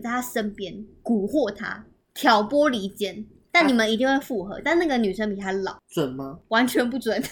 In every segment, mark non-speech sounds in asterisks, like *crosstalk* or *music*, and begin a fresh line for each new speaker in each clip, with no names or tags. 在他身边蛊惑他，挑拨离间。但你们一定会复合，但那个女生比他老，
准吗？
完全不准。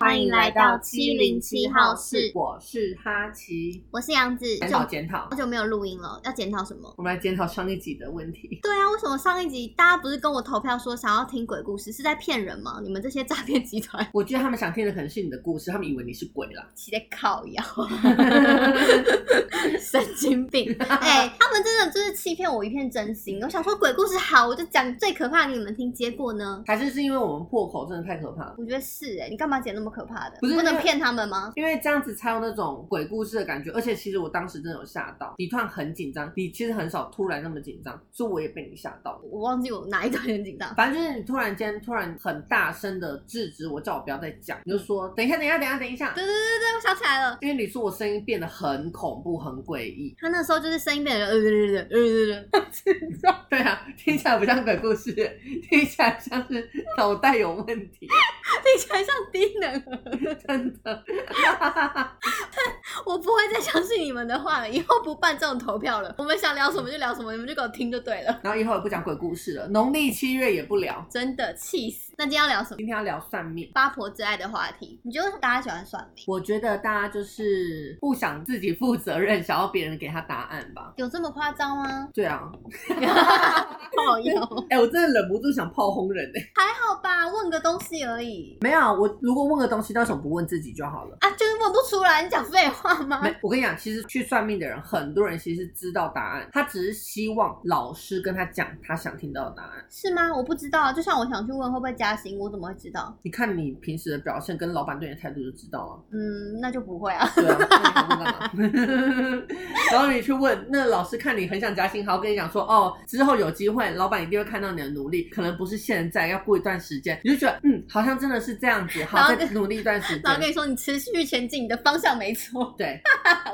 欢迎来到707号室
我是哈奇。
我是杨子，
检讨
好
检讨，
久没有录音了，要检讨什么？
我们来检讨上一集的问题。
对啊，为什么上一集大家不是跟我投票说想要听鬼故事，是在骗人吗？你们这些诈骗集团
我觉得他们想听的可能是你的故事，他们以为你是鬼啦。
起在靠腰，神经病！哎、他们真的就是欺骗我一片真心。我想说鬼故事好，我就讲最可怕给你们听，结果呢？
还是是因为我们破口真的太可怕了，
我觉得是哎、你干嘛剪那么可怕的？
不是
你不能
因为
骗他们吗？
因为嗯这样子才有那种鬼故事的感觉。而且其实我当时真的有吓到，你突然很紧张，你其实很少突然那么紧张，所以我也被你吓到了。
我忘记我哪一段很紧张。
反正就是你突然间突然很大声的制止我，叫我不要再讲，你就说等一下，等一下，等一下，等一下
对。对对对，我想起来了。
因为你说我声音变得很恐怖、很诡异，
他那时候就是声音变得呃呃呃呃呃呃，
*laughs* 对啊，听起来不像鬼故事，听起来像是脑袋有问题，
听起来像低能儿。
真的。 *laughs*
*laughs* 我不会再相信你们的话了，以后不办这种投票了。我们想聊什么就聊什么，你们就给我听就对了。
然后以后也不讲鬼故事了，农历七月也不聊，
真的气死！那今天要聊什么？
今天要聊算命。
八婆最爱的话题，你觉得大家喜欢算命？
我觉得大家就是不想自己负责任，想要别人给他答案吧。
有这么夸张吗？
对啊，
好有，
哎、我真的忍不住想炮轰人哎、
还好吧，问个东西而已
没有，啊我如果问个东西，为什么不问自己就好了？
啊，就是问不出来，你讲废话吗？ *laughs*
没，我跟你讲，其实去算命的人，很多人其实知道答案，他只是希望老师跟他讲他想听到的答案。
是吗？我不知道啊，就像我想去问会不会加薪，我怎么会知道？
你看你平时的表现跟老板对你的态度就知道了。
嗯，那就不会 *laughs* 啊。
对啊，那你还问干嘛？ *laughs* 然后你去问，那老师看你很想加薪，好跟你讲说，哦，之后有机会，老板一定会看到你的努力，可能不是现在，要过一段时间，你就觉得，嗯，好像真的是这样子，
然
好，
后
再努力一段时
然后跟
间。
你说，你持续前进，你的方向没错。 *laughs*
对，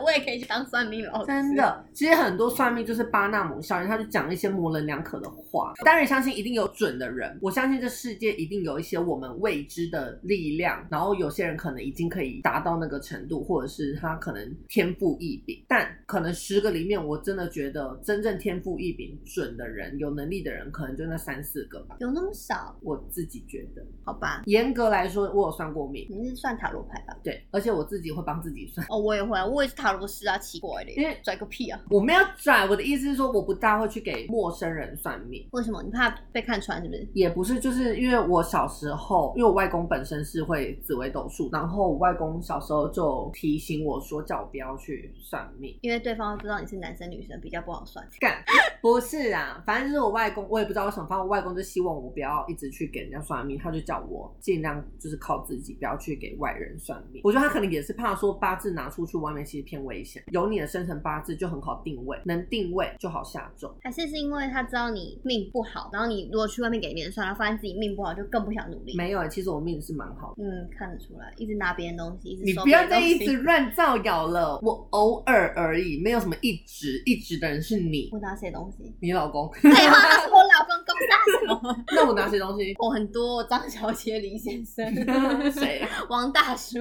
我也可以去当算命老师，
真的，其实很多算命就是巴纳姆效应，他就讲一些模棱两可的话。当然，相信一定有准的人，我相信这世界一定有一些我们未知的力量，然后有些人可能已经可以达到那个程度，或者是他可能天赋异禀。但可能十个里面，我真的觉得真正天赋异禀、准的人、有能力的人，可能就那三四个吧。
有那么少？
我自己觉得，
好吧，
严格来说，我有算过命，
你是算塔罗牌吧？
对，而且我自己会帮自己算。
哦，我也会啊，我也是塔罗师啊，奇怪的，
因为
拽个屁啊！
我没有拽，我的意思是说，我不大会去给陌生人算命。
为什么你怕被看穿是不是？
也不是，就是因为我小时候，因为我外公本身是会紫微斗数，然后我外公小时候就提醒我说，叫我不要去算命。
因为对方会不知道你是男生女生，比较不好算。
干，不是啊，反正就是我外公，我也不知道为什么，反正我外公就希望我不要一直去给人家算命，他就叫我尽量就是靠自己，不要去给外人算命。我觉得他可能也是怕说八字拿出去外面其实偏危险，有你的生辰八字就很好定位，能定位就好下咒。
还是是因为他知道你命不好，然后你如果去外面给别人算，然后发现自己命不好，就更不想努力。
没有、欸，其实我命是蛮好的。
嗯，看得出来，一直拿别人东西，一直
你
收
不要
别人
再
东
一
西
直。乱造谣了，我偶尔而已，没有什么一直一直的人是你，
我拿谁东 *laughs* 西？
你老公。
废话，那是我老公公啊大什么？
*laughs* 那我拿谁东西？
我很多，张小姐、李先生、 *laughs*
谁？
王大 *laughs* 叔、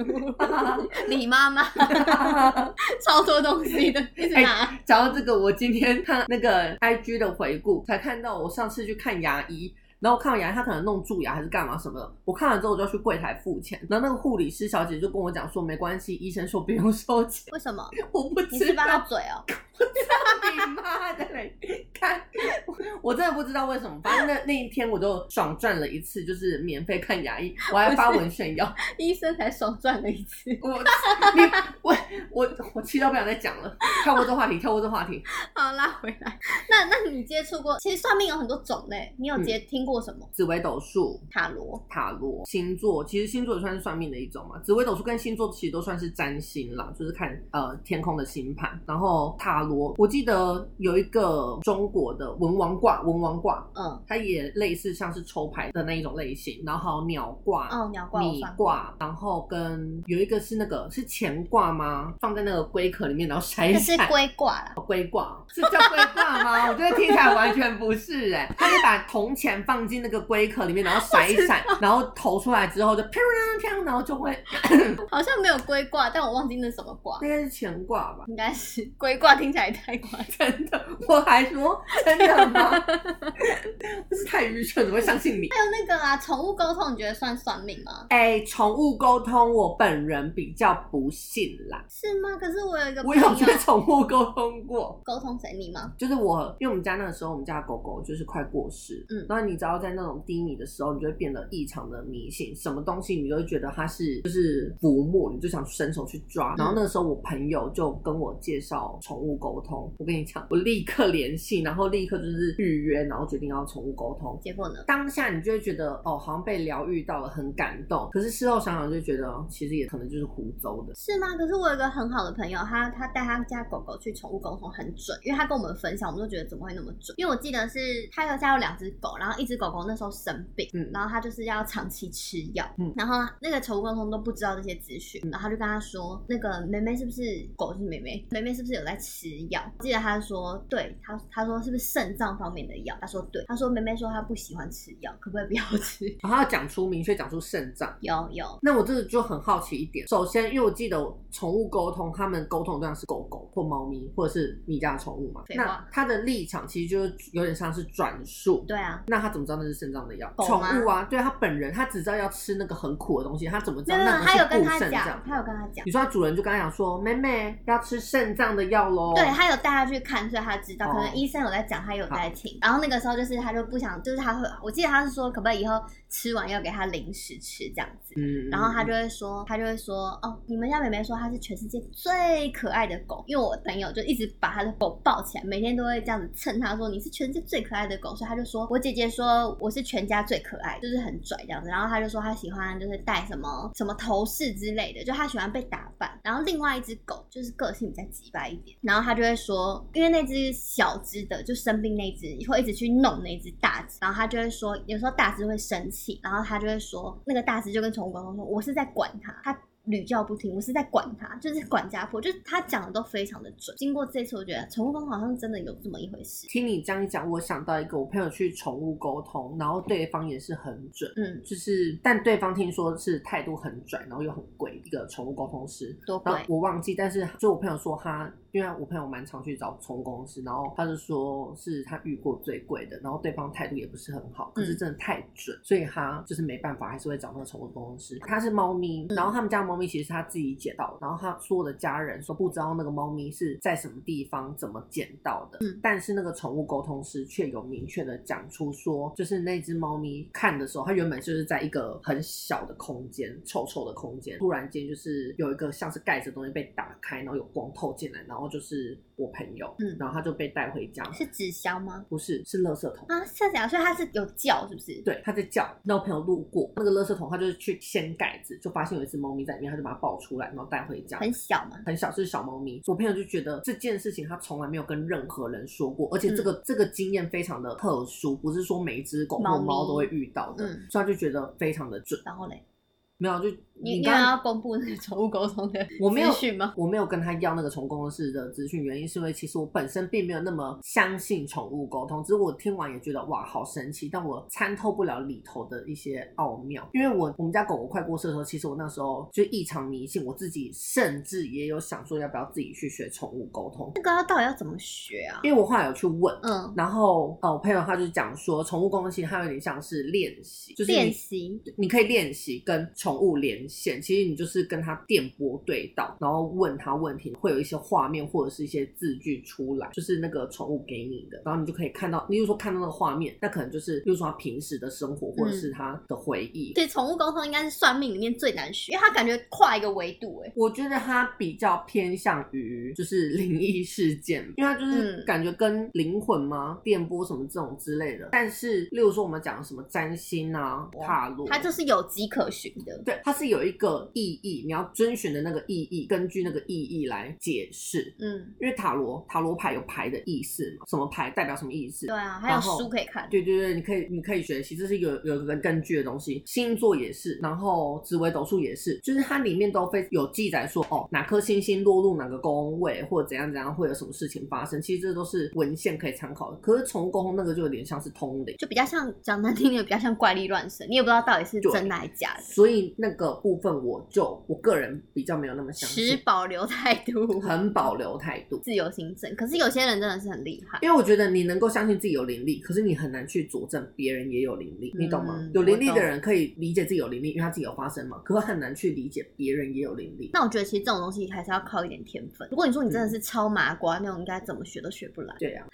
李妈 *laughs* 妈，超多东西的，一直拿。
讲到这个，我今天看那个 IG 的回顾，才看到我上次去看牙医。然后我看完牙医，他可能弄蛀牙还是干嘛什么的。我看完之后，我就要去柜台付钱。然后那个护理师小姐就跟我讲说，没关系，医生说不用收钱。
为什么？
我不
你是
知
帮他
道，
嘴哦？
你妈的嘞！看，我真的不知道为什么，反正那那一天我就爽赚了一次，就是免费看牙医，我还发文炫耀。
医生才爽赚了一次，
我 *laughs* 你我我我气到不想再讲了，跳过这话题，跳过这话题。
*laughs* 好拉回来。那那你接触过？其实算命有很多种类，你有接听过什么？
紫微斗数、
塔罗
塔罗、星座，其实星座也算是算命的一种嘛。紫微斗数跟星座其实都算是占星啦，就是看呃天空的星盘。然后塔罗，我记得有一个中国的文王卦，文王卦
嗯，
它也类似像是抽牌的那一种类型，然后还有鸟卦、
哦，鸟卦我
米
算过，
卦，然后跟有一个是那个是乾卦吗？放在那个龟壳里面，然后筛一
这是
筛。
龟挂 *laughs* 啦，
是叫龟挂吗？我觉得听起来完全不是哎、他就把铜钱放进那个龟壳里面，然后甩一甩，然后投出来之后就啪啪啪，然后就会
好像没有龟挂，但我忘记那是什么挂，
那应该是乾卦吧？ *laughs*
应该是龟挂，听起来太夸 *laughs* 张。
真的，我还说真的吗？ *laughs* 真是太愚蠢，怎么会相信你？
还有那个啊，宠物沟通，你觉得算算命吗？
哎，宠物沟通，我本人比较不信啦。
是吗？可是我有一个
我
朋
有
友
跟宠物沟通过，
沟通谁你吗？
*laughs* 就是我，因为我们家那个时候，我们家的狗狗就是快过世，
嗯
然后你只要在那种低迷的时候，你就会变得异常的迷信，什么东西你就会觉得它是就是浮木，你就想伸手去抓。然后那个时候，我朋友就跟我介绍宠物沟通，我跟你讲，我立刻联系，然后立刻就是预约，然后决定要宠物沟通。
结果呢？
当下你就会觉得哦，好像被疗愈到了，很感动。可是事后想想就觉得，哦其实也可能就是胡诌的。
是吗？可是我有一个很好的朋友，他他带他家狗狗去宠物沟通很准，因为他跟我们分享，我们都觉得怎么会那么准？因为我记得是他有家有两只狗，然后一只狗狗那时候生病，
嗯
然后他就是要长期吃药，
嗯
然后那个宠物沟通都不知道这些资讯，然后他就跟他说，那个梅梅是不是狗是梅梅，梅梅是不是有在吃药？我记得他说对，他他说是不是肾脏方面的药？他说对，他说梅梅说她不喜欢吃药，可不可以不要吃？
然后要讲出明确讲出肾脏。
有有，
那我这就很好奇一点，首先，因为我记得宠物沟通，他们沟通的对象是狗狗或猫咪，或者是你家的宠物嘛。
废话
那它的立场其实就是有点像是转述。
对啊，
那他怎么知道那是肾脏的药？
狗
宠
吗
物啊，对他本人，他只知道要吃那个很苦的东西，他怎么知
没有
道
没有，
哦那
他有
个是
跟
补
他
肾
讲，他有
脏？
跟他讲。
你说他主人就跟他讲说：“妹妹要吃肾脏的药喽。”
对他有带他去看，所以他知道，
哦
可能医生有在讲，他有在听。然后那个时候就是他就不想，就是他会，我记得他是说可不可以以后吃完要给他零食吃这样子。
嗯，
然后他就会说，他就会说，哦，你们家妹妹说她是全世界最可爱的狗，因为我朋友就一直把他的狗抱起来，每天都会这样子蹭他说你是全世界最可爱的狗，所以他就说我姐姐说我是全家最可爱，就是很拽这样子。然后他就说他喜欢就是戴什么什么头饰之类的，就他喜欢被打扮。然后另外一只狗就是个性比较急白一点，然后他就会说，因为那只小只的就生病那只会一直去弄那只大只，然后他就会说，有时候大只会生气，然后他就会说，那个大只就跟宠物沟通说，我是在管它，它屡教不听，我是在管它，就是管家婆，就是他讲的都非常的准。经过这次，我觉得宠物沟通好像真的有这么一回事。
听你这样一讲，我想到一个，我朋友去宠物沟通，然后对方也是很准。
嗯，
就是，但对方听说是态度很拽，然后又很贵，一个宠物沟通师。
多
然后
贵，
我忘记，但是就我朋友说他，因为我朋友蛮常去找宠物公司，然后他就说是他遇过最贵的，然后对方态度也不是很好，可是真的太准，所以他就是没办法，还是会找那个宠物公司。他是猫咪，然后他们家的猫咪其实是他自己捡到的，然后他所有的家人说不知道那个猫咪是在什么地方怎么捡到的，
嗯
但是那个宠物沟通师却有明确的讲出说，就是那只猫咪看的时候，它原本就是在一个很小的空间，臭臭的空间，突然间就是有一个像是盖子的东西被打开，然后有光透进来，然后就是我朋友，
嗯
然后他就被带回家，
是直销吗？
不是是垃圾桶。
啊，是假，所以它是有叫，是不是？
对，他在叫，那我朋友路过那个垃圾桶，他就去掀盖子，就发现有一只猫咪在里面，他就把它抱出来，然后带回家。
很小嘛。
很小，是小猫咪。我朋友就觉得这件事情他从来没有跟任何人说过，而且这个、这个经验非常的特殊，不是说每一只狗
嗯猫
或
咪
猫都会遇到的，
嗯
所以他就觉得非常的准。
然后嘞，
没有，就
你你有
刚刚
要公布那个宠物沟通的
我没有
资讯吗？
我没有跟他要那个宠物公司的资讯，原因是因为其实我本身并没有那么相信宠物沟通，只是我听完也觉得哇好神奇，但我参透不了里头的一些奥妙。因为我我们家狗狗快过世的时候，其实我那时候就异常迷信，我自己甚至也有想说要不要自己去学宠物沟通，
那个要到底要怎么学啊？
因为我后来有去问，
嗯，
然后呃我朋友他就讲说，宠物沟通其实它有点像是练习，就是你
练习。
你可以练习跟宠物连线，其实你就是跟它电波对到，然后问它问题，会有一些画面或者是一些字句出来，就是那个宠物给你的，然后你就可以看到，例如说看到那个画面，那可能就是，例如说它平时的生活或
嗯
者是它的回忆。
对，宠物沟通应该是算命里面最难学，因为它感觉跨一个维度哎。
我觉得它比较偏向于就是 *laughs* 灵异事件，因为它就是
嗯
感觉跟灵魂嘛、电波什么这种之类的。但是，例如说我们讲什么占星啊、塔罗，
它就是有迹可循的，
对，它是有有一个意义，你要遵循的那个意义，根据那个意义来解释。
嗯，
因为塔罗塔罗牌有牌的意思嘛，什么牌代表什么意思
对？啊，还有
然后
书可以看，
对对对，你可以你可以学习，这是有有一个根据的东西。星座也是，然后紫微斗数也是，就是它里面都非有记载说哦，哪颗星星落入哪个宫位，或者怎样怎样会有什么事情发生。其实这都是文献可以参考的。可是宠物沟通那个就有点像是通灵，
就比较像讲难听点，比较像怪力乱神，你也不知道到底是
对
真的还是假的，
所以那个部分我就我个人比较没有那么相
持
信，
保留态度，
很保留态度。
自由行政。可是有些人真的是很厉害，
因为我觉得你能够相信自己有灵力，可是你很难去佐证别人也有灵力，你懂吗？
嗯
有灵力
我
的
懂
人可以理解自己有灵力，因为他自己有发生嘛，可是很难去理解别人也有灵力。
那我觉得其实这种东西还是要靠一点天分。如果你说你
嗯
真的是超麻瓜那种，应该怎么学都学不来。
对啊，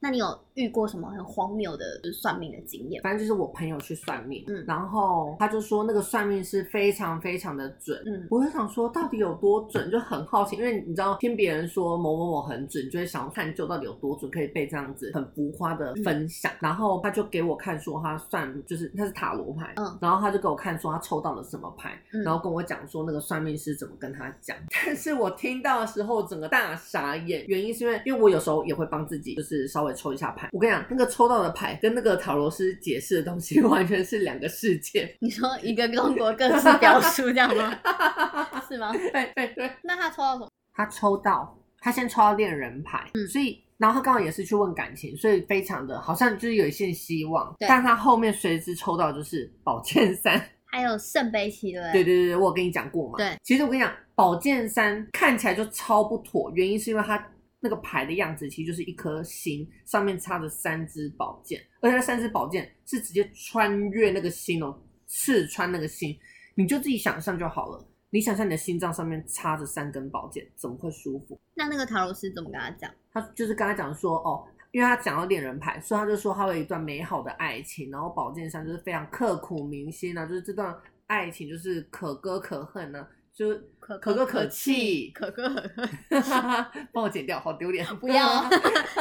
那你有遇过什么很荒谬的就是算命的经验吗？
反正就是我朋友去算命，
嗯
然后他就说那个算命是非常非常的准，
嗯，
我就想说到底有多准，就很好奇，因为你知道听别人说某某某很准，就会想要探究到底有多准，可以被这样子很浮夸的
嗯
分享。然后他就给我看说他算就是他是塔罗牌，
嗯
然后他就给我看说他抽到了什么牌，
嗯
然后跟我讲说那个算命师怎么跟他讲。 *laughs* 但是我听到的时候整个大傻眼，原因是因为因为我有时候也会帮自己就是稍微抽一下牌。我跟你讲，那个抽到的牌跟那个塔罗师解释的东西 *laughs* 完全是两个世界。 *laughs*
你说一个中国各 *laughs* 自表述这样吗？
啊
是吗？
对对哎对。
那他抽到什么？
他抽到，他先抽到恋人牌，
嗯
所以然后他刚好也是去问感情，所以非常的好像就是有一线希望，
对
但他后面随之抽到就是宝剑三，
还有圣杯七，对不
对
对？
对对对，我有跟你讲过嘛，
对，
其实我跟你讲，宝剑三看起来就超不妥，原因是因为它那个牌的样子其实就是一颗心，上面插着三支宝剑，而且那三支宝剑是直接穿越那个心哦，刺穿那个心，你就自己想象就好了。你想象你的心脏上面插着三根宝剑，怎么会舒服？
那那个塔罗师怎么跟他讲？
他就是跟他讲说，哦，因为他讲到恋人牌，所以他就说他有一段美好的爱情，然后宝剑三就是非常刻骨铭心啊，就是这段爱情就是可歌可恨呢、啊，就是
可
可歌可
泣，
泣。 *laughs*
可歌可泣，
帮我剪掉，好丢脸！
不要
啊
*laughs* 啊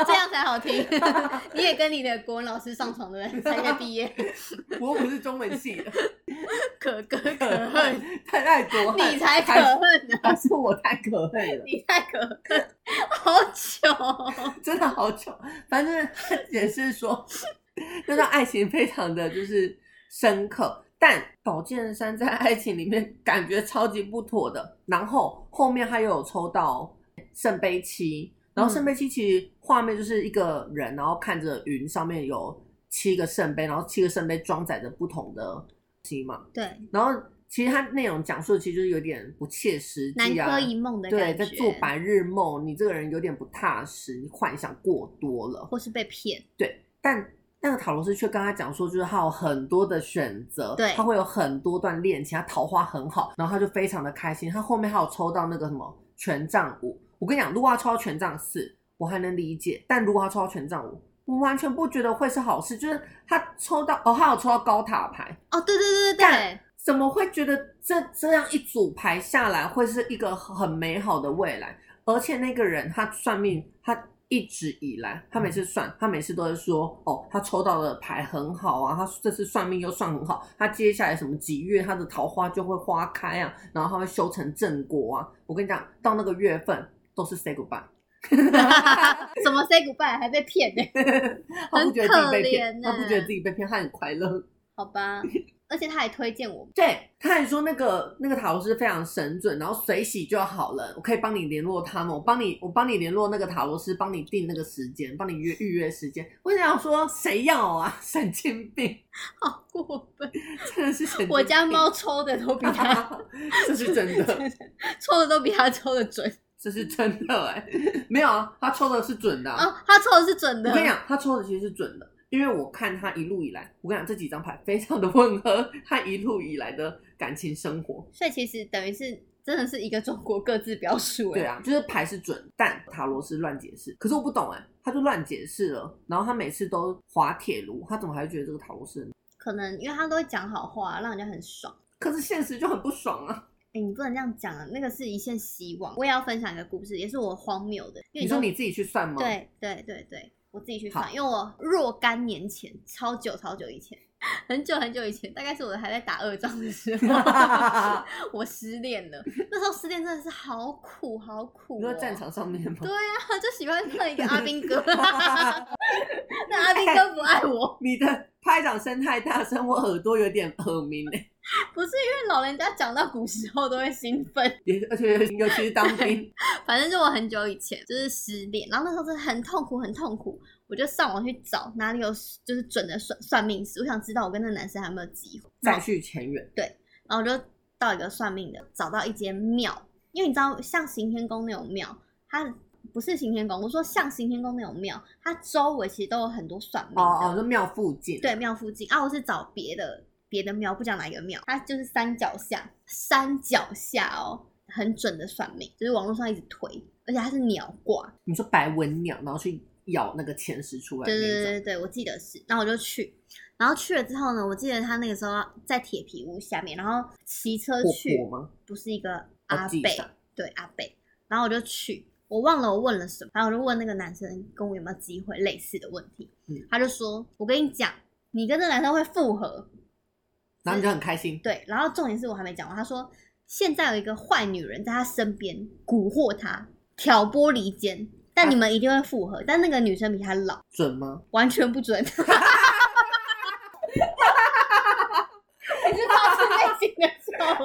这样才好听。 *laughs* 你也跟你的国文老师上床对
*laughs*
不对？才在毕业，
我又不是中文系的，
可歌可恨，，
太太多恨，
你才可
还
恨呢、
还是我太可恨了，
你太可恨，好糗哦。
真的好糗。反正他解释说， *laughs* 那段爱情非常的就是深刻，但宝剑三在爱情里面感觉超级不妥的。然后后面他又有抽到圣杯七，然后圣
嗯
杯七其实画面就是一个人，然后看着云上面有七个圣杯，然后七个圣杯装载着不同的七嘛，
对，
然后。其实它内容讲述的其实就是有点不切实
南
际啊，
柯一梦的
对，
感觉，
在做白日梦，你这个人有点不踏实，你幻想过多了。
或是被骗，
对，但那个塔罗师却跟他讲说，就是他有很多的选择，
对
他会有很多段恋情，他桃花很好，然后他就非常的开心。他后面还有抽到那个什么权杖五，我跟你讲，如果他抽到权杖四，我还能理解，但如果他抽到权杖五，我完全不觉得会是好事。就是他抽到哦，他有抽到高塔牌，
哦，对对对对对
干，怎么会觉得这这样一组牌下来会是一个很美好的未来？而且那个人他算命，他一直以来，他每次算，他每次都是说，哦，他抽到的牌很好啊，他这次算命又算很好，他接下来什么几月他的桃花就会花开啊，然后他会修成正果啊。我跟你讲，到那个月份都是 say goodbye，
什么 say goodbye 还被骗呢、
他不觉得自己被骗，
很可怜
他
欸
不觉得自己被骗，他很快乐。
好吧，而且他还推荐我，
对，他还说那个那个塔罗师非常神准，然后随喜就好了，我可以帮你联络他们，我帮你我帮你联络那个塔罗师，帮你定那个时间，帮你约预约时间。我想说谁要啊， *laughs* 神经病，
好过分！
真的是神经病。
我家
*laughs*
猫抽的都比他
这 *laughs* 是真的，
*laughs* 抽的都比他抽的准
这是真的哎、 *laughs* 没有啊，他抽的是准的、
啊、哦，他抽的是准的。
我跟你讲，他抽的其实是准的，因为我看他一路以来，我跟你讲这几张牌非常的 *laughs* 吻合他一路以来的感情生活。
所以其实等于是真的是一个中国各自表述、欸，
对，啊，就是牌是准，但塔罗是乱解释。可是我不懂哎、他就乱解释了，然后他每次都滑铁卢，他怎么还会觉得这个塔罗是？
可能因为他都会讲好话，让人家很爽。
可是现实就很不爽啊！
哎、你不能这样讲啊，那个是一线希望。我也要分享一个故事，也是我荒谬的，因为
你
知道
说你自己去算吗？，
对对对对，我自己去
好，
算，因为我若干年前，超久超久以前，很久很久以前，大概是我还在打二仗的时候
*laughs*
我失恋了。那时候失恋真的是好苦，好苦、
你
哦。
说战场上面吗？
对啊，就喜欢上一个阿兵哥，但阿兵哥不爱我，
*laughs* 你的拍掌声太大声，我耳朵有点耳鸣哎、
不是因为老人家讲到古时候都会兴奋，
也而且尤其是当兵，
反正就我很久以前就是失恋，然后那时候真的很痛苦，很痛苦。我就上网去找哪里有就是准的算算命师，我想知道我跟那个男生还有没有机会。
再续前
*laughs*
缘，
然后我就到一个算命的，找到一间庙，因为你知道像行天宫那种庙，它不是行天宫，我说像行天宫那种庙，它周围其实都有很多算命的。
哦哦，就庙附近，，
对，庙附近啊，我是找别的别的庙，不讲哪一个庙，它就是山脚下，山脚下哦，很准的算命，就是网络上一直推，而且它是鸟卦，
你说白文鸟，然后去咬那个前十出来
对对对
那种，
对对，我记得是，然后我就去，然后去了之后呢，我记得他那个时候在铁皮屋下面，然后骑车去，
火火吗？
不是一个
哦
阿
记
贝
上，
对阿贝，然后我就去，我忘了我问了什么，然后我就问那个男生跟我有没有机会类似的问题，
嗯
他就说，我跟你讲，你跟这男生会复合。
然后你就很开心，
对，然后重点是我还没讲完，他说现在有一个坏女人在他身边蛊惑他，挑拨离间，但你们一定会复合。但那个女生比他老，
准吗？
完全不
*laughs*
准。你 *laughs* 是发自内心的笑吗？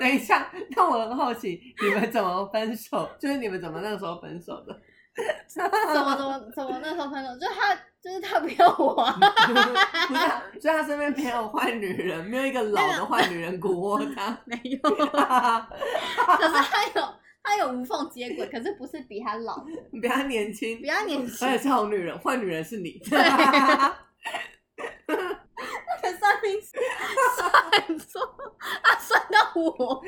等一下，那我很好奇，你们怎么分手？ *laughs* 就是你们怎么那个时候分手的？ *laughs*
*laughs* 怎么怎么怎么那时候分手？就是他就是他不要我啊、
不是啊，所以他身边没有坏女人，没有一个老的坏女人蛊惑他。
*laughs* 没有。啊可是他有他有无缝接轨，可是不是比他老，
你比他年轻，
比他年轻
而。且是好女人，坏女人是你。
那个 *laughs* 算命师算错，他算到我。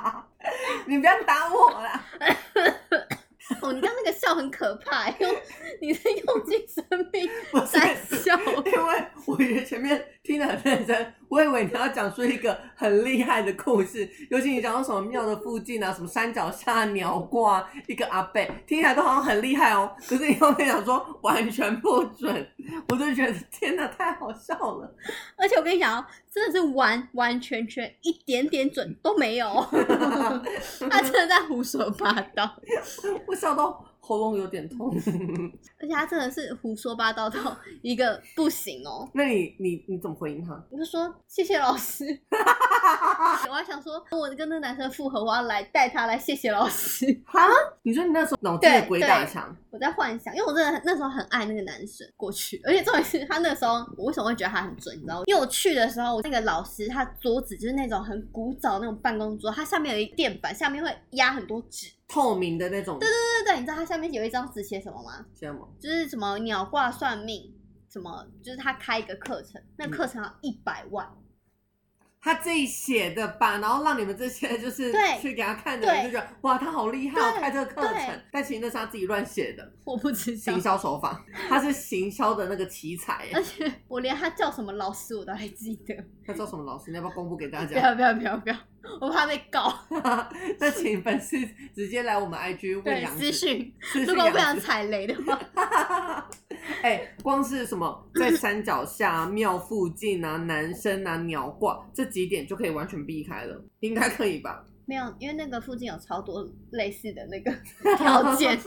*laughs* 你不要打我啦！
哦，你刚那个笑很可怕，欸用你是用尽生 *laughs* 命
不是，
在笑。
因为我觉得前面听得很认真，我以为你要讲出一个很厉害的故事，尤其你讲到什么庙的附近啊，什么山脚下鸟挂啊一个阿贝，听起来都好像很厉害哦。可是你后面讲说完全不准，我就觉得天哪，太好笑了。
而且我跟你讲哦，真的是完完全全一点点准都没有， *laughs* 他真的在胡说八道，
我笑到喉咙有点痛。 *laughs*
而且他真的是胡说八道到一个不行哦。
那你你你怎么回应他？
我就说谢谢老师， *laughs* 我还想说，我跟那男生复合，我要来带他来谢谢老师。 *laughs*
哈？你说你那时候脑筋的
对
鬼打墙，
我在幻想，因为我真的很那时候很爱那个男生过去，而且重点是他那时候，我为什么会觉得他很准，你知道吗？因为我去的时候，那个老师他桌子就是那种很古早那种办公桌，它下面有一垫板，下面会压很多纸。
透明的那种，
对对对，你知道它下面有一张纸写什么吗？
这样吗？
就是什么鸟卦算命，什么就是他开一个课程，那课程要一百万。
他自己写的吧，然后让你们这些就是
嗯对
去给他看的人就
对
觉得哇，他好厉害哦，
对
开这个课程
对。嗯
但其实那是他自己乱写的
我不知道
行，销手法，他是行销的那个奇才耶。
而且我连他叫什么老师我都还记得。
他叫什么老师？你要不要公布给大
不
家？
要不要不要不要，我怕被告。
*laughs* 那请粉丝直接来我们 IG 问
嗯对，
杨
私
子。
讯，
私
如
讯
果我不
杨
想
子。
踩雷的话。
哎、光是什么
*laughs*
在山脚下啊、庙附近啊、男生啊、鸟挂这几点就可以完全避开了，应该可以吧？
没有，因为那个附近有超多类似的那个条件，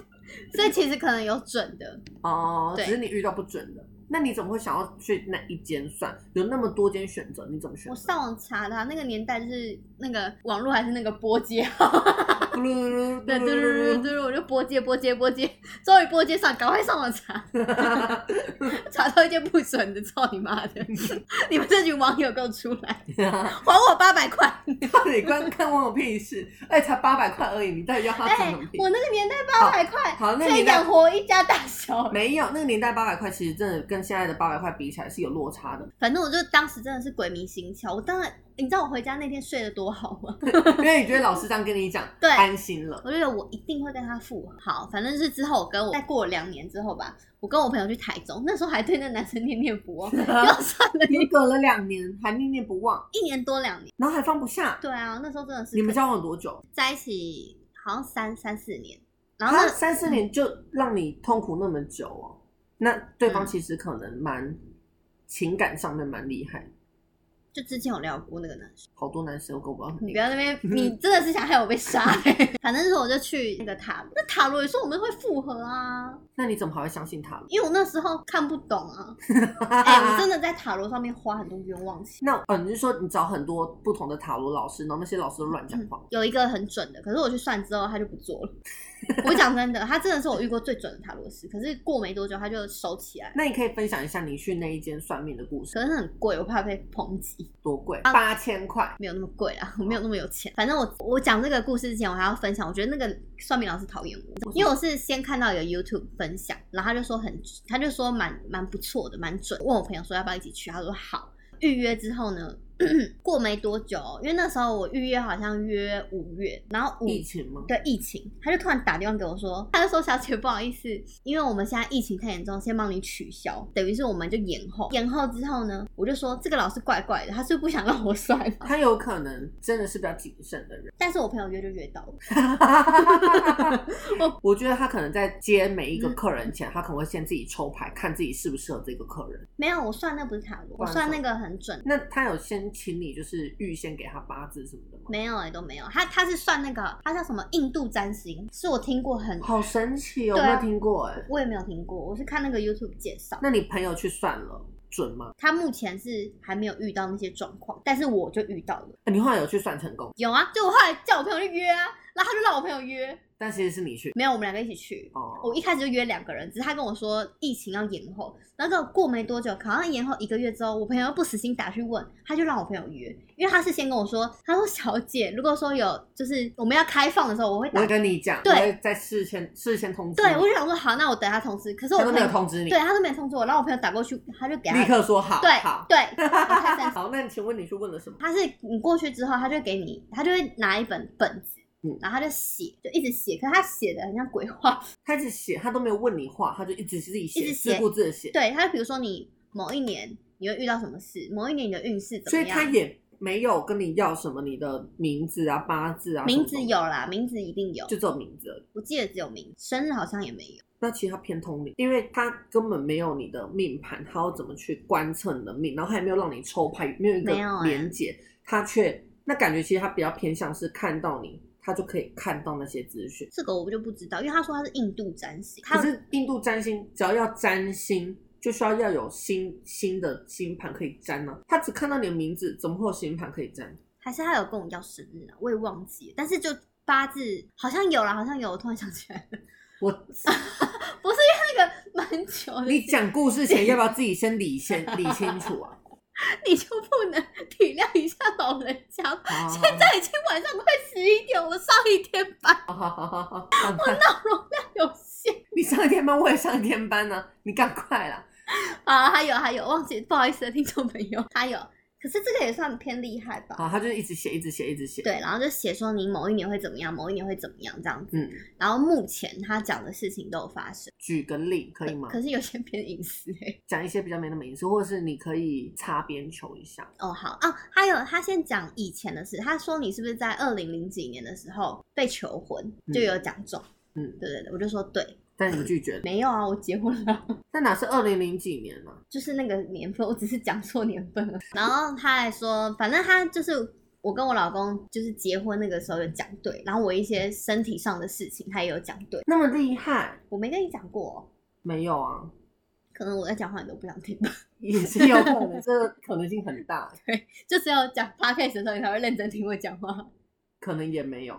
所以其实可能有准的。
哦，只
对
是你遇到不准的，那你怎么会想要去那一间算？有那么多间选择，你怎么选
我？上网查的啊、那个年代就是那个网络还是那个拨接号，
*laughs* 咕噜噜噜
对对对对对，我就拨接拨接拨接，终于拨接上，赶快上网查，
噜
查到一件不准的，操你妈的！
嗯
你们这群网友给我出来，
噜。
还我八百块！
*laughs* 到底关看我有屁事？哎，才八百块而已，你到底要他
哎、
赚什么屁？
我那个年代八百块
好那
可
你
以
那
养活一家大小。
*laughs* 没有，那个年代八百块其实真的跟现在的八百块比起来是有落差 *laughs* 的，
反正我就当时真的是鬼迷心窍，我当然，你知道我回家那天睡得多好吗？
因为你觉得老师这样跟你讲，
对
安心了。
我就觉得我一定会跟他复合。好，反正是之后我跟我再过了两年之后吧，我跟我朋友去台中，那时候还对那男生念念不忘，要算了
你隔了两年还念念不忘，
一年多两年。
然后还放不下。
对啊，那时候真的是
你们交往多久？
在一起好像三三四年，然后
他
那
三四年就让你痛苦那么久哦，那对方
嗯
其实可能蛮情感上面蛮厉害的，
就之前有聊过那个男生，
好多男生都跟我很
你
厉
不
害。
要在那边，你真的是想害我被杀、 *laughs* 欸。反正是我就去那个塔罗，那塔罗也说我们会复合啊，
那你怎么还会相信他？
因为我那时候看不懂啊， *laughs* 哎、
*laughs*
我真的在塔罗上面花很多冤枉钱。
那哦，你是说你找很多不同的塔罗老师，然后那些老师都乱讲话？
有一个很准的，可是我去算之后他就不做了。我讲真的，他真的是我遇过最准的塔罗师，可是过没多久他就收起来，
那你可以分享一下你去那一间算命的故事，
可是很贵，我怕被抨击。
多贵？
啊
八千块。
没有那么贵啊，我没有
哦
那么有钱。反正我我讲这个故事之前，我还要分享，我觉得那个算命老师讨厌我，因为我是先看到有 YouTube 分享，然后他就说很，他就说蛮蛮不错的，蛮准。问我朋友说要不要一起去，他说好。预约之后呢， *clears throat* 过没多久，哦因为那时候我预约好像约五月，然后五
疫情吗？
嗯对疫情，他就突然打电话给我说，他就说小姐不好意思，因为我们现在疫情太严重，先帮你取消，等于是我们就延后。延后之后呢，我就说这个老师怪怪的，他是不是不想让我算。
他有可能真的是比较谨慎的人。
*laughs* 但是我朋友约就约到了，
我觉得他可能在接每一个
嗯
客人前，他可能会先自己抽牌，看自己适不适合这个客人。
没有我算那不是塔罗，
不
我
然
算
什
那
么
个很准，
那他有先请你就是预先给他八字什么的吗？
没有哎、都没有。他他是算那个，他叫什么印度占星，是我听过很，
好神奇哦，
对啊
没有听过哎。
我也没有听过，我是看那个 YouTube 介绍。
那你朋友去算了准吗？
他目前是还没有遇到那些状况，但是我就遇到了，
呃你后来有去算成功，
有啊，就我后来叫我朋友去约啊，然后他就让我朋友约，
但其实是你去
没有，我们两个一起去。
哦。
我一开始就约两个人，只是他跟我说疫情要延后，然后结果过没多久，好像延后一个月之后，我朋友又不死心打去问，他就让我朋友约，因为他是先跟我说，他说小姐，如果说有就是我们要开放的时候，我会
我
打
会，跟你讲，
对
我会在事先事先通知你。
对我就想说好，那我等他通知，可是我
他都
朋
没有
友
通知你，
对他都没有通知我，然后我朋友打过去，他就给他
立刻说好，
对
好。 *laughs*
对，我太生气
好，那你请问你去问了什么？
他是你过去之后，他就给你，他就会拿一本本子，
嗯
然后他就写，就一直写，可是他写的很像鬼话
他一直写，他都没有问你话，他就一直自己
一
写，
直写
自顾自的写。
对，他就比如说你某一年你会遇到什么事，某一年你的运势怎
所
么
以
样？
他也没有跟你要什么你的名字啊、八字啊，
名字
什么
有啦，名字一定有
东西，，就只有名字而已。
我记得只有名，生日好像也没有。
那其实他偏通灵，因为他根本没有你的命盘，他要怎么去观测你的命，然后他也没有让你抽牌，没有一个
没有欸
连接，他却那感觉其实他比较偏向是看到你，他就可以看到那些资讯。
这个我就不知道，因为他说他是印度占星，
可
他
是印度占星，只要要占星，就需要要有新新的星盘可以占呢、他只看到你的名字，怎么会有星盘可以占？
还是他有跟我要生日啊，我也忘记了，但是就八字好像有啦，好像有，我突然想起来了，
我，
不是因为那个蛮久的，
你讲故事前要不要自己先理先理清楚啊？
你就不能体谅一下老人家吗？
好好
现在已经晚上快十一点，我上一天班，
好好好好好，
脑容量有限。
你上一天班，我也上一天班呢、你赶快啦！
啊，还有还有，忘记不好意思，听众朋友， *laughs* 还有，可是这个也算偏厉害吧？
好，他就是一直写，一直写，一直写。，
对，然后就写说你某一年会怎么样，某一年会怎么样这样子。
嗯，
然后目前他讲的事情都有发生，
举个例可以吗？
可是有些偏隐私 *laughs* 哎、
讲一些比较没那么隐私，或者是你可以擦边球一下。
哦，好啊，还有他先讲以前的事，他说你是不是在二零零几年的时候被求婚，就有讲中。
嗯，
对对对，我就说对，
但你拒绝了。
没有啊，我结婚了。
那哪是二零零几年呢、啊
就是那个年份，我只是讲错年份了。然后他还说，反正他就是我跟我老公就是结婚那个时候有讲对，然后我一些身体上的事情他也有讲对，
那么厉害？
我没跟你讲过、哦，
没有啊，
可能我在讲话你都不想听吧， *laughs*
也是有可能，这个可能性很大，
就只有讲 podcast 的时候你才会认真听我讲话。 *laughs*
可能也没有。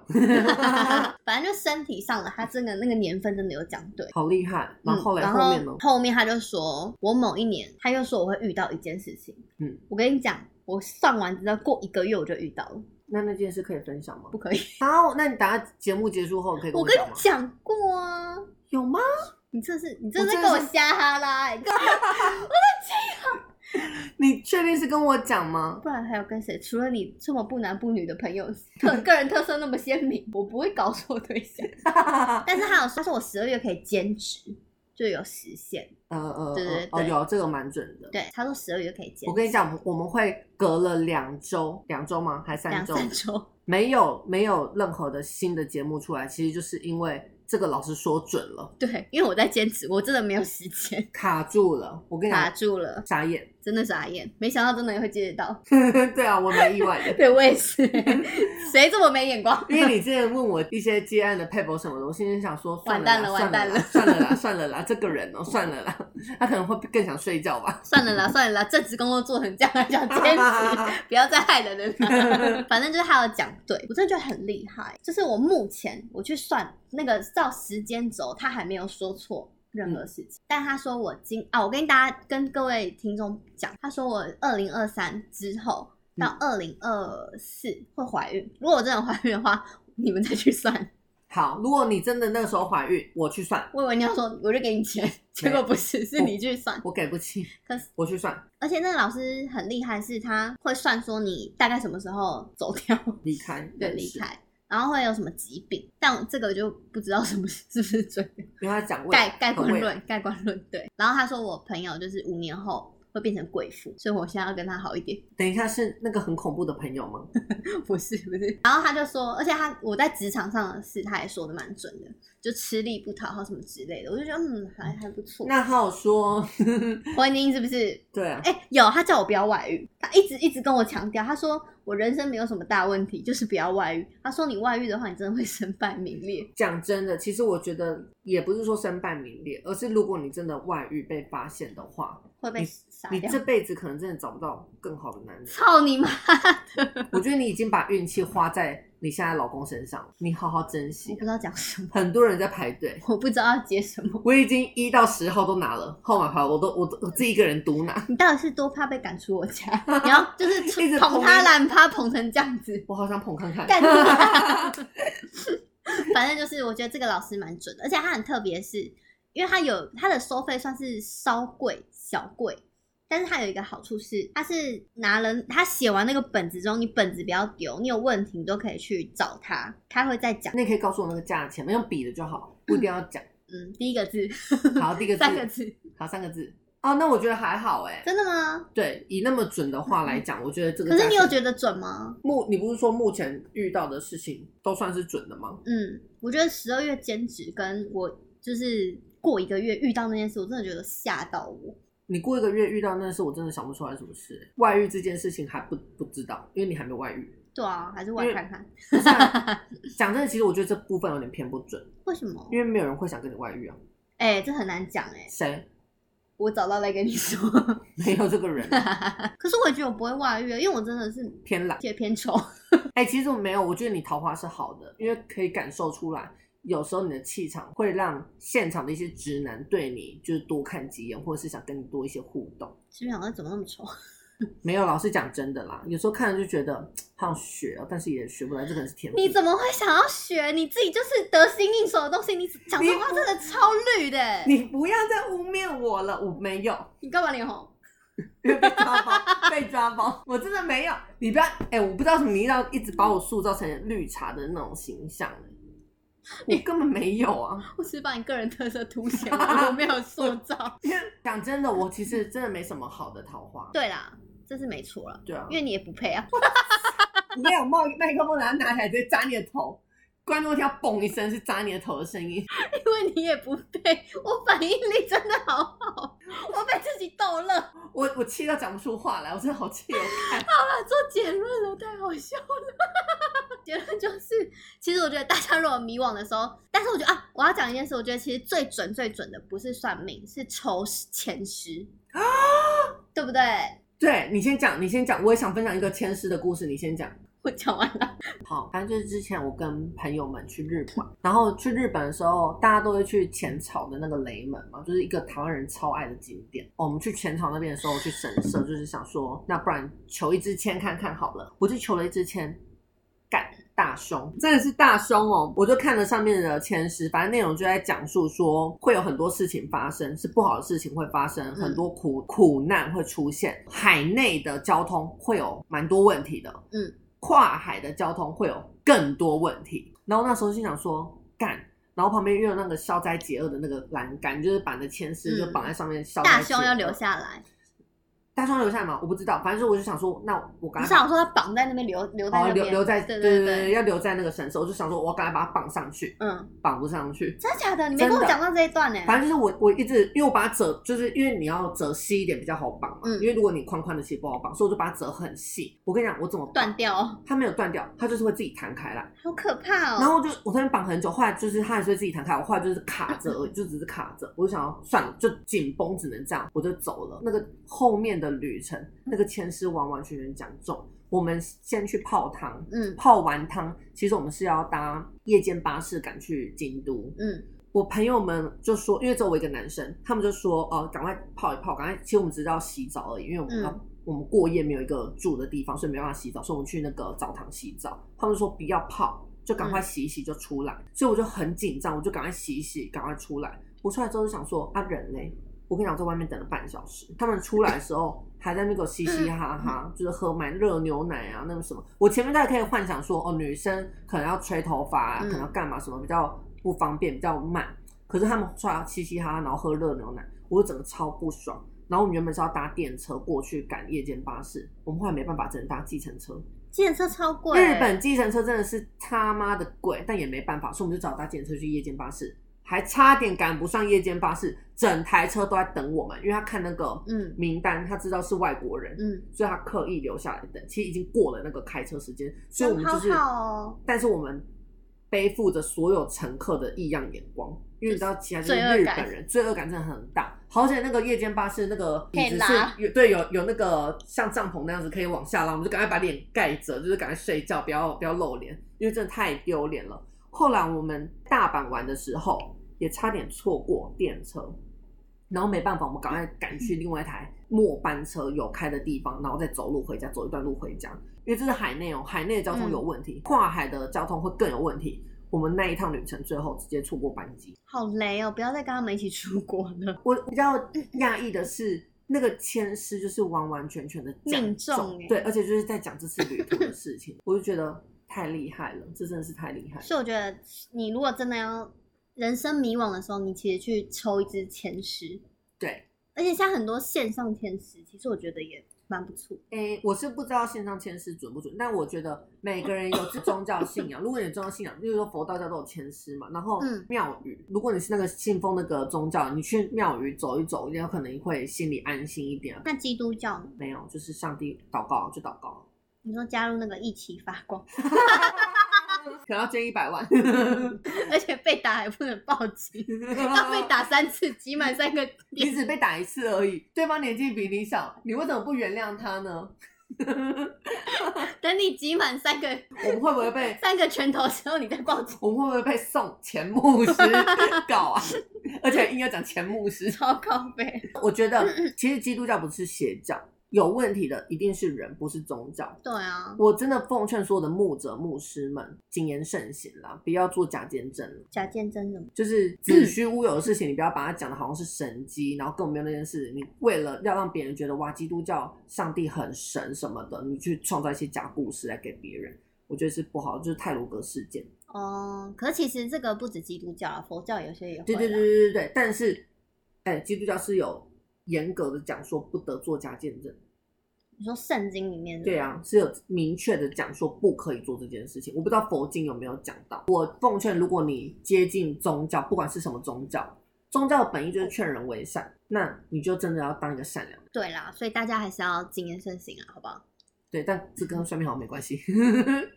反正就身体上的，他真的那个年份真的有讲对。
好厉害！然后后来
嗯
后面呢？
后面他就说，我某一年，他又说我会遇到一件事情。
嗯，
我跟你讲，我算完之后过一个月我就遇到了，
那那件事可以分享吗
不？可以。
好，那你等下节目结束后可以跟
我
我
跟
讲
你
吗？
讲过啊，
有吗？
你这是你这
我
是
真的
跟我
是
瞎哈拉、欸，你干嘛
你确定是跟我讲吗？ *laughs*
不然还有跟谁？除了你这么不男不女的朋友，
*laughs*
个个人特色那么鲜明，我不会搞错对象。
呃
但是他有说他说我十二月可以兼职，就有实现。
呃呃，
对对
呃哦，
对
有这个蛮准的。
对，他说十二月可以兼
我跟你讲，我们会隔了两周，两周吗？还
两
三周？
三周。 *laughs*
没有没有任何的新的节目出来，其实就是因为这个老师说准了，
对，因为我在兼职，我真的没有时
*laughs*
间，
卡住了。我跟你
卡
讲，
住了，
傻眼。 *laughs*
真的傻眼，没想到真的会接得到。
对啊，我蛮意外的。
对我也是， *laughs* 谁这么没眼光？ *laughs*
因为你之前问我一些接案的 paper 什么的，我心里想说，算
完蛋
了
了
啦，算
完蛋
了啦，
了
算了啦，算了啦，这个人哦，算了啦，他可能会更想睡觉吧。
算了啦，算了啦，正职工作做成这样，还想兼职，不要再害人了 *laughs* 啦。反正就是他有讲对，我真的觉得很厉害。就是我目前我去算那个照时间轴，他还没有说错。任何事情，但他说我今啊，我跟大家跟各位听众讲，他说我二零二三之后到二零二四会怀孕。如果我真的怀孕的话，你们再去算。
*laughs* 好，如果你真的那个时候怀孕，我去算，
我以为你要说我就给你钱，结果不是，是你去算。
我给不起，
可是
我去算，
而且那个老师很厉害，是他会算说你大概什么时候走掉，
离开，
对，
人
离
世，
开，然后会有什么疾病，但这个我就不知道什么 *laughs* 是是不是准。
因为他讲未
盖
来
盖
很
棺
未来
论，盖棺论对。然后他说我朋友就是五年后会变成贵妇，所以我现在要跟他好一点， *laughs*
等一下是那个很恐怖的朋友吗？
不是不是。然后他就说，而且他我在职场上的事，他也说的蛮准的，就吃力不讨好什么之类的，我就觉得嗯还还不错。
那他有说， *laughs*
婚姻是不是
对啊，
哎、有，他叫我不要外遇，他一直一直跟我强调，他说我人生没有什么大问题，就是不要外遇。他说你外遇的话，你真的会身败名裂。
讲真的，其实我觉得也不是说身败名裂，而是如果你真的外遇被发现的话，
会被
你
杀
你
掉
这。辈子可能真的找不到更好的男人。
操你妈！
我觉得你已经把运气花在你现在老公身上，你好好珍
我
惜啊
不。知道讲什么，
很多人在排队，
我不知道要接什么。
我已经一到十号都拿了号码牌，我都我都我自己一个人独拿。
你到底是多怕被赶出我
*laughs*
家？你要就是
一直
捧
捧
他
你
懒趴捧成这
*laughs*
样子， *laughs*
我好想捧看看，
干他！反正就是我觉得这个老师蛮准的，而且他很特别是，因为他有他的收费算是稍贵小贵，但是他有一个好处是，他是拿了他写完那个本子之后，你本子不要丢，你有问题你都可以去找他，他会再讲。
那你可以告诉我那个价钱吗？用笔的就好，不一定要讲。
嗯，第一个
*laughs*
字，
好，第一个字，
三个字，
好，三个字。哦，那我觉得还好
*laughs*
哎、
真的吗？
对，以那么准的话来讲，我觉得这
嗯
个
可
价
是
钱。
你有觉得准吗？
目，你不是说目前遇到的事情都算是准的吗？
嗯，我觉得十二月兼职跟我就是过一个月遇到那件事，我真的觉得吓到我。
你过一个月遇到那事，我真的想不出来什么事、欸外遇这件事情还不不知道，因为你还没有外遇。
对啊，还是我
因
来
为
看看
不
*laughs*
是啊讲真的，其实我觉得这部分有点偏不准，
为什么
因。为没有人会想跟你外遇啊。
哎、这很难讲哎、
谁
我找到来跟你说。 *laughs*
没有这个人、啊、
可是我也觉得我不会外遇，因为我真的是
偏懒？
也偏丑。 *laughs*
哎、其实我没有，我觉得你桃花是好的，因为可以感受出来，有时候你的气场会让现场的一些直男对你就是多看几眼，或者是想跟你多一些互动。
是不是想说怎么那么丑？ *laughs*
没有，老师讲真的啦，有时候看了就觉得嘖好想学哦，但是也学不来，这可能是天赋。
你怎么会想要学？你自己就是得心应手的东西，你讲这话真的超绿的、欸。
你不要再污蔑我了，我没有，
你干嘛脸红？
因 *laughs* 为被抓包，被抓包，我真的没有。你不要，哎、我不知道什么，你要一直把我塑造成绿茶的那种形象，我根本没有啊。
我只是把你个人特色凸显，我没有塑造。 *laughs*
因为讲真的，我其实真的没什么好的桃花。
对啦，这是没错了，
对啊，
因为你也不配啊。
没有冒麦克风，然后拿起来直接砸你的头，观众听到嘣一声是砸你的头的声音。
因为你也不配，我反应力真的好好，我被自己逗乐。啊，
我我气到讲不出话来，我真的好气哦。看
做结论了，太好笑了。 *laughs* 结论就是，其实我觉得大家如果迷惘的时候，但是我觉得啊，我要讲一件事，我觉得其实最准最准的不是算命，是抽前十，
啊
对不对？
对你先讲，你先讲，我也想分享一个前世的故事，你先讲。
我讲完了，
好，反正就是之前我跟朋友们去日本，然后去日本的时候，大家都会去浅草的那个雷门嘛，就是一个台湾人超爱的景点。哦我们去浅草那边的时候，我去神社，就是想说，那不然求一支签看看好了。我就求了一支签，干大凶，真的是大凶哦！我就看了上面的签诗，反正内容就在讲述说会有很多事情发生，是不好的事情会发生，很多苦苦难会出现，海内的交通会有蛮多问题的，
嗯，
跨海的交通会有更多问题。然后那时候心想说干。然后旁边又有那个消灾解厄的那个栏杆，就是把你的签诗就绑在上面消灾
大
解厄
胸要留下来，
大壮留下来嘛？我不知道，反正说我就想说，那我
不
刚
是啊，我说他绑在那边留留在
哦
那边、
留留在
对
对
对对，
要留在那个绳索，我就想说我要赶快把它绑上去，
嗯，
绑不上去。
真的假的？你没
真
跟
的
我讲到这一段呢、
反正就是我我一直因为我把它折，就是因为你要折细一点比较好绑嘛，
嗯
因为如果你宽宽的其实不好绑，所以我就把它折很细。我跟你讲，我怎么绑
断，掉哦，
它没有断掉，它就是会自己弹开来。
好可怕哦。
然后我就我在那边绑很久，后来就是它还是会自己弹开，我后来就是卡着而已，就只是卡着。我就想要算了，就紧绷，只能这样，我就走了。那个后面的旅程，那个千丝完完全全讲中。我们先去泡汤，
嗯
泡完汤，其实我们是要搭夜间巴士赶去京都。
嗯
我朋友们就说，因为只有我一个男生，他们就说哦，赶快泡一泡，赶快。其实我们只是要洗澡而已，因为我们要、
嗯
我们过夜没有一个住的地方，所以没办法洗澡，所以我们去那个澡堂洗澡。他们说不要泡，就赶快洗一洗就出来。所以我就很紧张，我就赶快洗一洗，赶快出来。我出来之后就想说啊，人嘞，我跟你讲，我在外面等了半小时。他们出来的时候还在那个嘻嘻哈哈，
嗯
就是喝买热牛奶啊，那个什么。我前面大家可以幻想说，哦，女生可能要吹头发、啊，
嗯
可能要干嘛什么比较不方便，比较慢。可是他们出来嘻嘻哈哈，然后喝热牛奶，我就整个超不爽。然后我们原本是要搭电车过去赶夜间巴士，我们后来没办法，只能搭计程车。
计程车超贵、
日本计程车真的是他妈的贵，但也没办法，所以我们就找搭计程车去夜间巴士，还差点赶不上夜间巴士，整台车都在等我们，因为他看那个
嗯
名单，他知道是外国人，
嗯，
所以他刻意留下来等。其实已经过了那个开车时间，所以我们就是，
好好哦
但是我们背负着所有乘客的异样眼光，因为你知道，其他就是
罪恶
日
感
本人罪恶感真的很大。好险那个夜间巴士那个椅子
可以拉
是有对有有那个像帐篷那样子可以往下拉，我们就赶快把脸盖着，就是赶快睡觉，不要不要露脸，因为真的太丢脸了。后来我们大阪玩的时候，也差点错过电车，然后没办法，我们赶快赶去另外一台末班车有开的地方，然后再走路回家，走一段路回家。因为这是海内哦，海内的交通有问
嗯
题，跨海的交通会更有问题。我们那一趟旅程最后直接错过班机。
好雷哦，不要再跟他们一起出国了， *laughs*
我比较
嗯
讶异的是，那个签诗就是完完全全的
命中欸
对，而且就是在讲这次旅途的事情，我就觉得太厉害了，这真的是太厉害了。
所以我觉得你如果真的要人生迷惘的时候，你其实去抽一支签诗，
对，
而且现在很多线上签诗，其实我觉得也蛮不错。
诶，我是不知道线上签诗准不准，但我觉得每个人有宗教信仰。如果你有宗教信仰，例如说佛道教都有签诗嘛，然后
嗯
庙宇，如果你是那个信奉那个宗教，你去庙宇走一走，也有可能会心里安心一点。啊
那基督教呢？
没有，就是上帝祷告就祷告，
你说加入那个一起发光， *laughs*
可能要捐一百万，
而且被打还不能报警，要被打三次，集满三个
*laughs* 你
点。 *laughs*
只被打一次而已，对方年纪比你小，你为什么不原谅他呢？
等你集满三个
我们会不会被
三个拳头之后，你再报警，
我们会不会被送前牧师
*laughs*
搞啊？而且硬要讲前牧师，
超高倍。
我觉得其实基督教不是邪教，有问题的一定是人，不是宗教。
对啊，
我真的奉劝所有的牧者、牧师们，谨言慎行啦，不要做假见证了。
假见真的吗
就是子虚乌有的事情，你不要把它讲的好像是神机，然后根本没有那件事。你为了要让别人觉得哇，基督教上帝很神什么的，你去创造一些假故事来给别人，我觉得是不好。就是泰鲁格事件，
哦、可是其实这个不止基督教啊，佛教有些也会。
对对对，对对对。但是，哎，基督教是有严格的讲说不得做假见证。
你说圣经里面的
对啊，是有明确的讲说不可以做这件事情。我不知道佛经有没有讲到。我奉劝，如果你接近宗教，不管是什么宗教，宗教的本意就是劝人为善，那你就真的要当一个善良。人。
对啦，所以大家还是要谨言慎行啊，好不好？
对，但这跟算命好像没关系。 *laughs*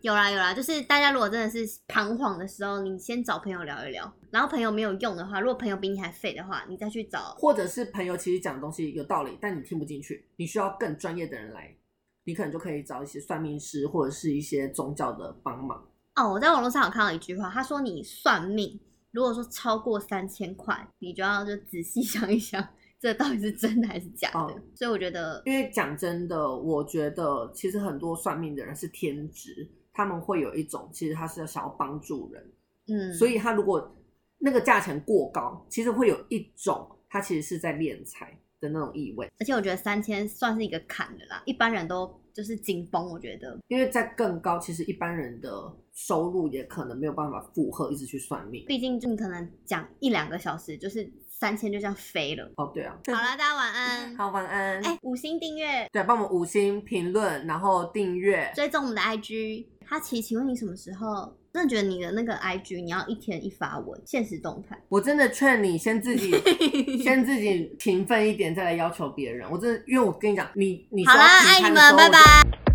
有啦有啦，就是大家如果真的是彷徨的时候，你先找朋友聊一聊，然后朋友没有用的话，如果朋友比你还废的话，你再去找。
或者是朋友其实讲的东西有道理，但你听不进去，你需要更专业的人来，你可能就可以找一些算命师或者是一些宗教的帮忙。
哦，我在网络上有看到一句话，他说你算命，如果说超过三千块，你就要就仔细 *laughs* 想一想，这到底是真的还是假的。
哦
所以我觉得
因为讲真的，我觉得其实很多算命的人是天职，他们会有一种其实他是想要帮助人。
嗯，
所以他如果那个价钱过高，其实会有一种他其实是在敛财的那种意味，
而且我觉得三千算是一个坎的啦，一般人都就是紧绷，我觉得
因为在更高，其实一般人的收入也可能没有办法负荷，一直去算命。
毕竟就你可能讲一两个小时，就是三千就这样飞了。
哦，对 *laughs* 啊，
好啦，大家晚安。
好，晚安。
哎、五星订阅，
对，啊帮我们五星评论，然后订阅。
追踪我们的 IG。哈奇，请问你什么时候？真的觉得你的那个 IG 你要一天一发文，现实动
*laughs*
态。
我真的劝你先
*laughs*
自己先自己勤奋一点，再来要求别人。我真的，因为我跟你讲，你你
好啦，
需要
爱
评
你
判的
们，
时候
拜拜。